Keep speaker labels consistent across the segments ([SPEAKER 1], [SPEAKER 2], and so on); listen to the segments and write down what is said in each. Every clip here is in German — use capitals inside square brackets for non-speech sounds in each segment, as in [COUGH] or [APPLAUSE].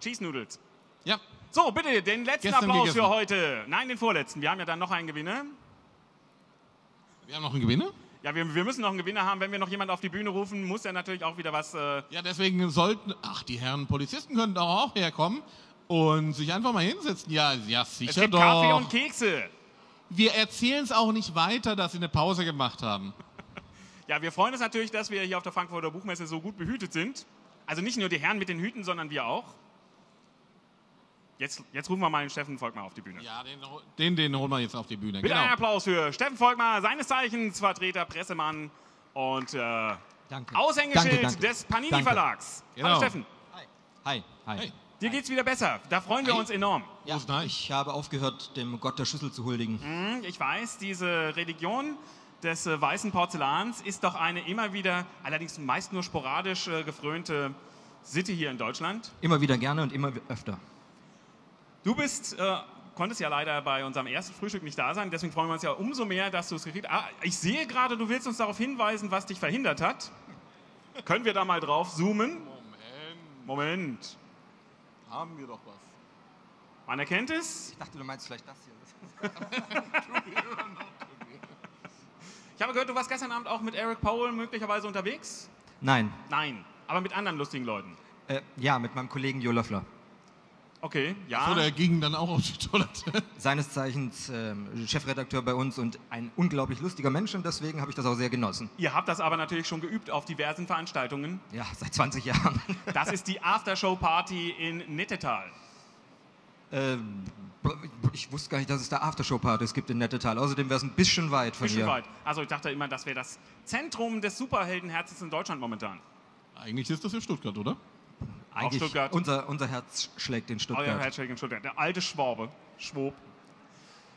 [SPEAKER 1] Cheese-Noodles.
[SPEAKER 2] Ja.
[SPEAKER 1] So, bitte den letzten
[SPEAKER 2] Gestern
[SPEAKER 1] Applaus
[SPEAKER 2] gegessen.
[SPEAKER 1] für heute. Nein, den vorletzten. Wir haben ja dann noch einen Gewinner.
[SPEAKER 2] Wir haben noch einen Gewinner.
[SPEAKER 1] Ja, wir, wir müssen noch einen Gewinner haben. Wenn wir noch jemanden auf die Bühne rufen, muss er natürlich auch wieder was. Äh,
[SPEAKER 2] Ja, deswegen sollten, ach, die Herren Polizisten könnten doch auch herkommen und sich einfach mal hinsetzen. Ja, ja,
[SPEAKER 1] es
[SPEAKER 2] sicher
[SPEAKER 1] gibt
[SPEAKER 2] doch.
[SPEAKER 1] Kaffee und Kekse.
[SPEAKER 2] Wir erzählen es auch nicht weiter, dass sie eine Pause gemacht haben.
[SPEAKER 1] Ja, wir freuen uns natürlich, dass wir hier auf der Frankfurter Buchmesse so gut behütet sind. Also nicht nur die Herren mit den Hüten, sondern wir auch. Jetzt, jetzt rufen wir mal den Steffen Volkmar auf die Bühne.
[SPEAKER 2] Ja, den, den, den holen wir jetzt auf die Bühne.
[SPEAKER 1] Bitte einen
[SPEAKER 2] Genau.
[SPEAKER 1] Applaus für Steffen Volkmar, seines Zeichens Vertreter, Pressemann und äh,
[SPEAKER 2] Hm.
[SPEAKER 3] Danke.
[SPEAKER 1] Aushängeschild
[SPEAKER 3] Danke, danke.
[SPEAKER 1] des Panini
[SPEAKER 3] Danke.
[SPEAKER 1] Verlags.
[SPEAKER 2] Genau.
[SPEAKER 1] Hallo Steffen,
[SPEAKER 3] Hi, hi.
[SPEAKER 2] Hey.
[SPEAKER 1] dir geht's wieder besser. Da freuen wir
[SPEAKER 2] Hi.
[SPEAKER 1] uns enorm.
[SPEAKER 3] Ja,
[SPEAKER 2] Prost, nein.
[SPEAKER 3] ich habe aufgehört, dem Gott der Schüssel zu huldigen.
[SPEAKER 1] Hm, Ich weiß, diese Religion des äh, weißen Porzellans ist doch eine immer wieder, allerdings meist nur sporadisch äh, gefrönte Sitte hier in Deutschland.
[SPEAKER 3] Immer wieder gerne und immer öfter.
[SPEAKER 1] Du bist, äh, konntest ja leider bei unserem ersten Frühstück nicht da sein, deswegen freuen wir uns ja umso mehr, dass du es gekriegt hast. Ah, ich sehe gerade, du willst uns darauf hinweisen, was dich verhindert hat. Können wir da mal drauf zoomen?
[SPEAKER 2] Moment,
[SPEAKER 1] Moment.
[SPEAKER 2] haben wir doch was.
[SPEAKER 1] Man erkennt es.
[SPEAKER 3] Ich dachte, du meinst vielleicht das hier.
[SPEAKER 1] Ich habe gehört, du warst gestern Abend auch mit Eric Powell möglicherweise unterwegs?
[SPEAKER 3] [LAUGHS] Nein,
[SPEAKER 1] Nein, aber mit anderen lustigen Leuten.
[SPEAKER 3] äh, ja, mit meinem Kollegen Jo Löffler.
[SPEAKER 1] Okay, ja.
[SPEAKER 2] So, der ging dann auch auf die Toilette. [LAUGHS]
[SPEAKER 3] Seines Zeichens ähm, Chefredakteur bei uns und ein unglaublich lustiger Mensch und deswegen habe ich das auch sehr genossen.
[SPEAKER 1] Ihr habt das aber natürlich schon geübt auf diversen Veranstaltungen.
[SPEAKER 3] Ja, seit 20 Jahren. [LAUGHS]
[SPEAKER 1] Das ist die Aftershow-Party in Nettetal.
[SPEAKER 3] Ähm, ich wusste gar nicht, dass es da Aftershow-Partys gibt in Nettetal. Außerdem wäre es ein bisschen weit von
[SPEAKER 1] Bisschen
[SPEAKER 3] hier.
[SPEAKER 1] weit. Also ich dachte immer, das wäre das Zentrum des Superheldenherzens in Deutschland momentan.
[SPEAKER 2] Eigentlich ist das in Stuttgart, oder?
[SPEAKER 3] Eigentlich,
[SPEAKER 1] Stuttgart.
[SPEAKER 3] Unser, unser Herz schlägt in Stuttgart.
[SPEAKER 1] Euer Herzschläger in Stuttgart. Der alte Schwabe. Schwob.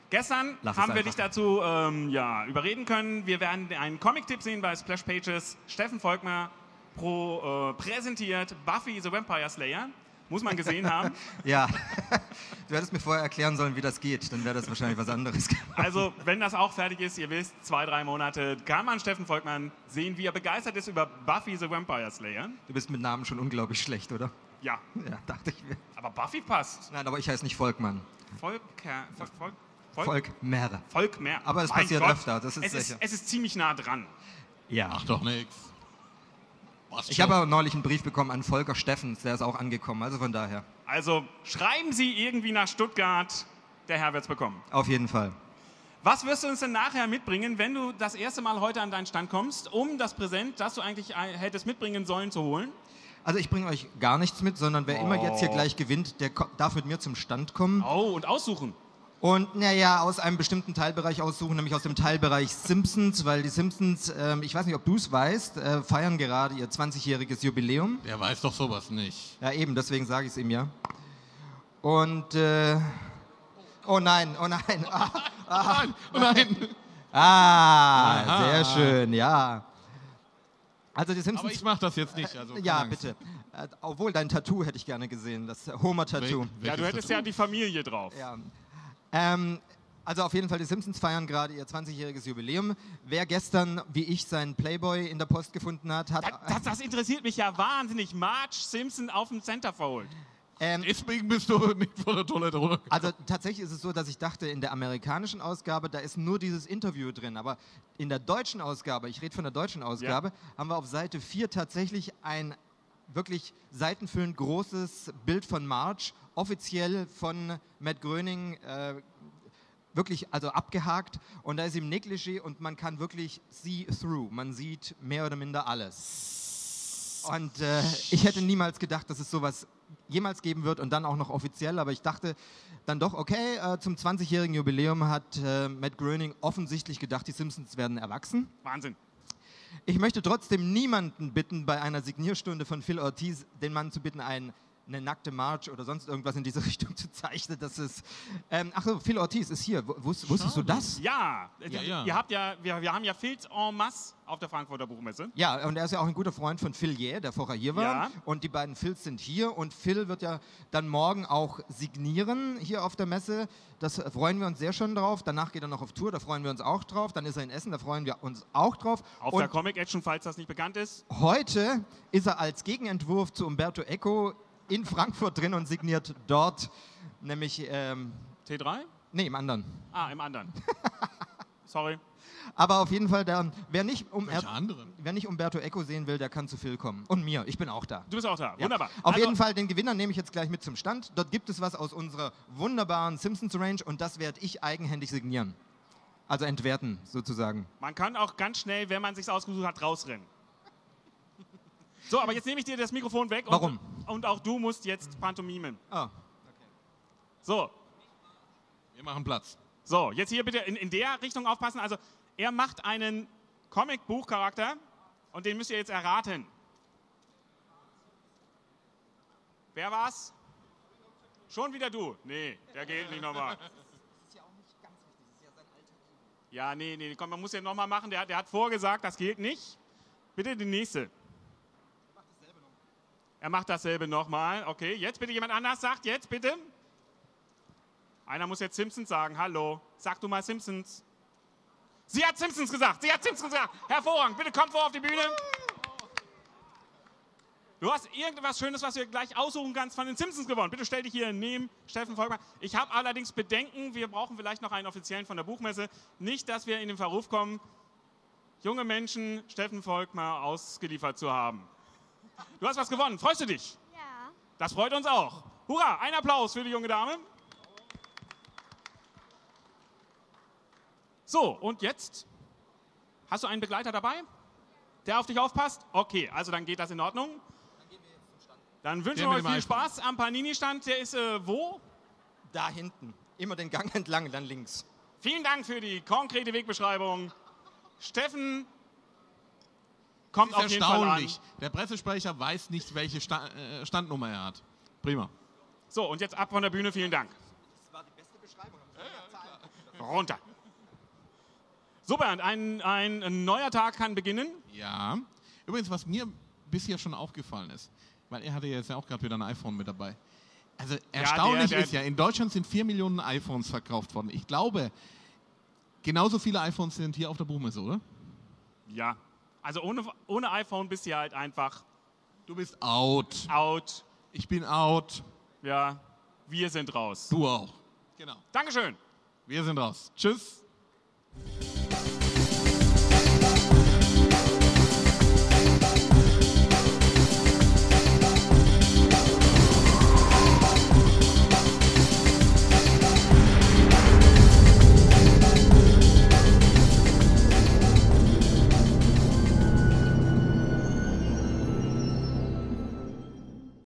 [SPEAKER 1] Gestern
[SPEAKER 3] Lass es
[SPEAKER 1] haben wir
[SPEAKER 3] einfach.
[SPEAKER 1] dich dazu ähm, ja, überreden können. Wir werden einen Comic-Tipp sehen bei Splash Pages. Steffen Volkmer pro, äh, präsentiert Buffy the Vampire Slayer. Muss man gesehen haben.
[SPEAKER 3] Ja, [LAUGHS] du hättest mir vorher erklären sollen, wie das geht. Dann wäre das wahrscheinlich was anderes.
[SPEAKER 1] Also, wenn das auch fertig ist, ihr wisst, zwei, drei Monate kann man Steffen Volkmann sehen, wie er begeistert ist über Buffy the Vampire Slayer.
[SPEAKER 3] Du bist mit Namen schon unglaublich schlecht, oder?
[SPEAKER 1] Ja,
[SPEAKER 3] Ja, dachte ich mir.
[SPEAKER 1] aber Buffy passt.
[SPEAKER 3] Nein, aber ich heiße nicht Volkmann.
[SPEAKER 1] Volker, Volk, Volk, Volk, Volk,
[SPEAKER 3] Volkmer.
[SPEAKER 1] mehr.
[SPEAKER 3] Aber es
[SPEAKER 1] Mein
[SPEAKER 3] passiert
[SPEAKER 1] Gott,
[SPEAKER 3] öfter, das ist
[SPEAKER 1] es
[SPEAKER 3] sicher.
[SPEAKER 1] Ist, es ist ziemlich nah dran.
[SPEAKER 3] Ja.
[SPEAKER 2] Ach doch nix. Was
[SPEAKER 3] Ich habe aber neulich einen Brief bekommen an Volker Steffens, der ist auch angekommen. Also von daher,
[SPEAKER 1] Also schreiben Sie irgendwie nach Stuttgart, der Herr wird's bekommen.
[SPEAKER 3] auf jeden Fall.
[SPEAKER 1] Was wirst du uns denn nachher mitbringen, wenn du das erste Mal heute an deinen Stand kommst, um das Präsent, das du eigentlich ein- hättest mitbringen sollen, zu holen?
[SPEAKER 3] Also ich bringe euch gar nichts mit, sondern wer immer jetzt hier gleich gewinnt, der ko- darf mit mir zum Stand kommen.
[SPEAKER 1] Oh, und aussuchen.
[SPEAKER 3] Und naja, aus einem bestimmten Teilbereich aussuchen, nämlich aus dem Teilbereich Simpsons, weil die Simpsons, ähm, ich weiß nicht, ob du es weißt, äh, feiern gerade ihr 20-jähriges Jubiläum.
[SPEAKER 2] Der weiß doch sowas nicht.
[SPEAKER 3] Ja, eben, deswegen sage ich es ihm ja. Und, äh, oh nein, oh nein. [LAUGHS] Ah,
[SPEAKER 2] Nein, oh nein.
[SPEAKER 3] ah
[SPEAKER 2] Aha.
[SPEAKER 3] sehr schön, ja. Also
[SPEAKER 2] Aber
[SPEAKER 3] die
[SPEAKER 2] ich
[SPEAKER 3] Simpsons.
[SPEAKER 2] mach das jetzt nicht. Also, keine
[SPEAKER 3] ja,
[SPEAKER 2] Angst.
[SPEAKER 3] bitte. Äh, obwohl, dein Tattoo hätte ich gerne gesehen, das Homer-Tattoo.
[SPEAKER 2] Wel-
[SPEAKER 1] Ja, du
[SPEAKER 2] welches
[SPEAKER 1] hättest
[SPEAKER 2] Tattoo?
[SPEAKER 1] ja die Familie drauf.
[SPEAKER 3] Ja. Ähm, also auf jeden Fall, die Simpsons feiern gerade ihr 20-jähriges Jubiläum. Wer gestern, wie ich, seinen Playboy in der Post gefunden hat, hat...
[SPEAKER 1] Das, das, das interessiert mich ja wahnsinnig. Marge Simpson auf dem Centerfold.
[SPEAKER 3] ähm,
[SPEAKER 2] Deswegen bist du [LAUGHS] nicht vor der Toilette runtergekommen.
[SPEAKER 3] [LAUGHS] Also tatsächlich ist es so, dass ich dachte, in der amerikanischen Ausgabe, da ist nur dieses Interview drin. Aber in der deutschen Ausgabe, ich rede von der deutschen Ausgabe, haben wir auf Seite 4 tatsächlich ein wirklich seitenfüllend großes Bild von March, offiziell von Matt Gröning, äh, wirklich also abgehakt. Und da ist ihm Negligee und man kann wirklich see through. Man sieht mehr oder minder alles. Und äh, ich hätte niemals gedacht, dass es sowas jemals geben wird und dann auch noch offiziell, aber ich dachte dann doch, okay, äh, zum 20-jährigen Jubiläum hat äh, Matt Groening offensichtlich gedacht, die Simpsons werden erwachsen.
[SPEAKER 1] Wahnsinn.
[SPEAKER 3] Ich möchte trotzdem niemanden bitten, bei einer Signierstunde von Phil Ortiz den Mann zu bitten, einen, eine nackte March oder sonst irgendwas in diese [LAUGHS] Richtung zu zeichnen. Das ist. Ähm, ach so, Phil Ortiz ist hier. W- Wusst, wusstest du das?
[SPEAKER 1] Ja, äh,
[SPEAKER 2] Ja, ja.
[SPEAKER 1] Ihr habt ja wir, wir haben ja Filz en masse auf der Frankfurter Buchmesse.
[SPEAKER 3] Ja, und er ist ja auch ein guter Freund von Phil Jäh, der vorher hier war.
[SPEAKER 1] Ja.
[SPEAKER 3] Und die beiden Phils sind hier. Und Phil wird ja dann morgen auch signieren hier auf der Messe. Das freuen wir uns sehr schon drauf. Danach geht er noch auf Tour, da freuen wir uns auch drauf. Dann ist er in Essen, da freuen wir uns auch drauf.
[SPEAKER 1] Auf der
[SPEAKER 3] und
[SPEAKER 1] Comic Action, falls das nicht bekannt ist.
[SPEAKER 3] heute ist er als Gegenentwurf zu Umberto Eco in Frankfurt drin und signiert dort, nämlich, ähm,
[SPEAKER 1] T3?
[SPEAKER 3] nee, im anderen.
[SPEAKER 1] Ah, im
[SPEAKER 3] [LAUGHS]
[SPEAKER 1] anderen. Sorry.
[SPEAKER 3] Aber auf jeden Fall, dann, wer, nicht um
[SPEAKER 2] Welche anderen?
[SPEAKER 3] wer nicht Umberto Eco sehen will, der kann zu Phil kommen. Und mir, ich bin auch da.
[SPEAKER 1] Du bist auch da.
[SPEAKER 3] Ja.
[SPEAKER 1] Wunderbar.
[SPEAKER 3] Auf
[SPEAKER 1] Also,
[SPEAKER 3] jeden Fall, den Gewinner nehme ich jetzt gleich mit zum Stand. Dort gibt es was aus unserer wunderbaren Simpsons Range und das werde ich eigenhändig signieren. Also entwerten, sozusagen.
[SPEAKER 1] Man kann auch ganz schnell, wenn man sich's ausgesucht hat, rausrennen. So, aber jetzt nehme ich dir das Mikrofon weg. Und,
[SPEAKER 3] Warum?
[SPEAKER 1] Und auch du musst jetzt pantomimen.
[SPEAKER 3] Ah,
[SPEAKER 1] So,
[SPEAKER 2] Wir machen Platz.
[SPEAKER 1] so, jetzt hier bitte in, in der Richtung aufpassen. Also, er macht einen Comicbuchcharakter und den müsst ihr jetzt erraten. Wer war's? Schon wieder du? Nee, der geht nicht nochmal. Ja, nee, nee, komm, man muss ja nochmal machen. Der, hat- der hat vorgesagt, das gilt nicht. Bitte die nächste. Er macht dasselbe nochmal. Okay, jetzt bitte jemand anders sagt, jetzt bitte. Einer muss jetzt Simpsons sagen. Hallo, sag du mal Simpsons. Sie hat Simpsons gesagt. Sie hat Simpsons gesagt. Hervorragend. Bitte kommt vor auf die Bühne. Du hast irgendwas Schönes, was du gleich aussuchen kannst von den Simpsons gewonnen. Bitte stell dich hier neben Steffen Volkmann. Ich habe allerdings Bedenken, wir brauchen vielleicht noch einen offiziellen von der Buchmesse. Nicht, dass wir in den Verruf kommen, junge Menschen Steffen Volkmann ausgeliefert zu haben. Du hast was gewonnen. Freust du dich?
[SPEAKER 4] Ja.
[SPEAKER 1] Das freut uns auch. Hurra, ein Applaus für die junge Dame. So, und jetzt? Hast du einen Begleiter dabei, der auf dich aufpasst? Okay, also dann geht das in Ordnung. Dann wünschen
[SPEAKER 2] Der mit
[SPEAKER 1] wir euch
[SPEAKER 2] dem
[SPEAKER 1] viel
[SPEAKER 2] iPhone.
[SPEAKER 1] Spaß am Panini-Stand. Der ist äh, wo?
[SPEAKER 3] da hinten. Immer den Gang [LAUGHS] entlang, dann links.
[SPEAKER 1] Vielen Dank für die konkrete Wegbeschreibung. Steffen kommt
[SPEAKER 2] Ist
[SPEAKER 1] auf jeden Fall an.
[SPEAKER 2] erstaunlich. Der Pressesprecher weiß nicht, welche Sta äh, Standnummer er hat. Prima.
[SPEAKER 1] So, und jetzt ab von der Bühne. Vielen Dank.
[SPEAKER 3] Das war die beste Beschreibung.
[SPEAKER 1] Runter. So, Bernd, ein, ein neuer Tag kann beginnen.
[SPEAKER 2] Ja. Übrigens, was mir bisher schon aufgefallen ist, weil er hatte jetzt ja auch gerade wieder ein iPhone mit dabei. Also erstaunlich
[SPEAKER 1] der-
[SPEAKER 2] ist ja, in Deutschland sind 4 Millionen iPhones verkauft worden. Ich glaube, genauso viele iPhones sind hier auf der Buchmesse, oder?
[SPEAKER 1] Ja. Also ohne, ohne iPhone bist du halt einfach
[SPEAKER 2] Du bist out.
[SPEAKER 1] out.
[SPEAKER 2] Ich bin out.
[SPEAKER 1] Ja, wir sind raus.
[SPEAKER 2] Du auch. Genau.
[SPEAKER 1] Dankeschön.
[SPEAKER 2] Wir sind raus. Tschüss.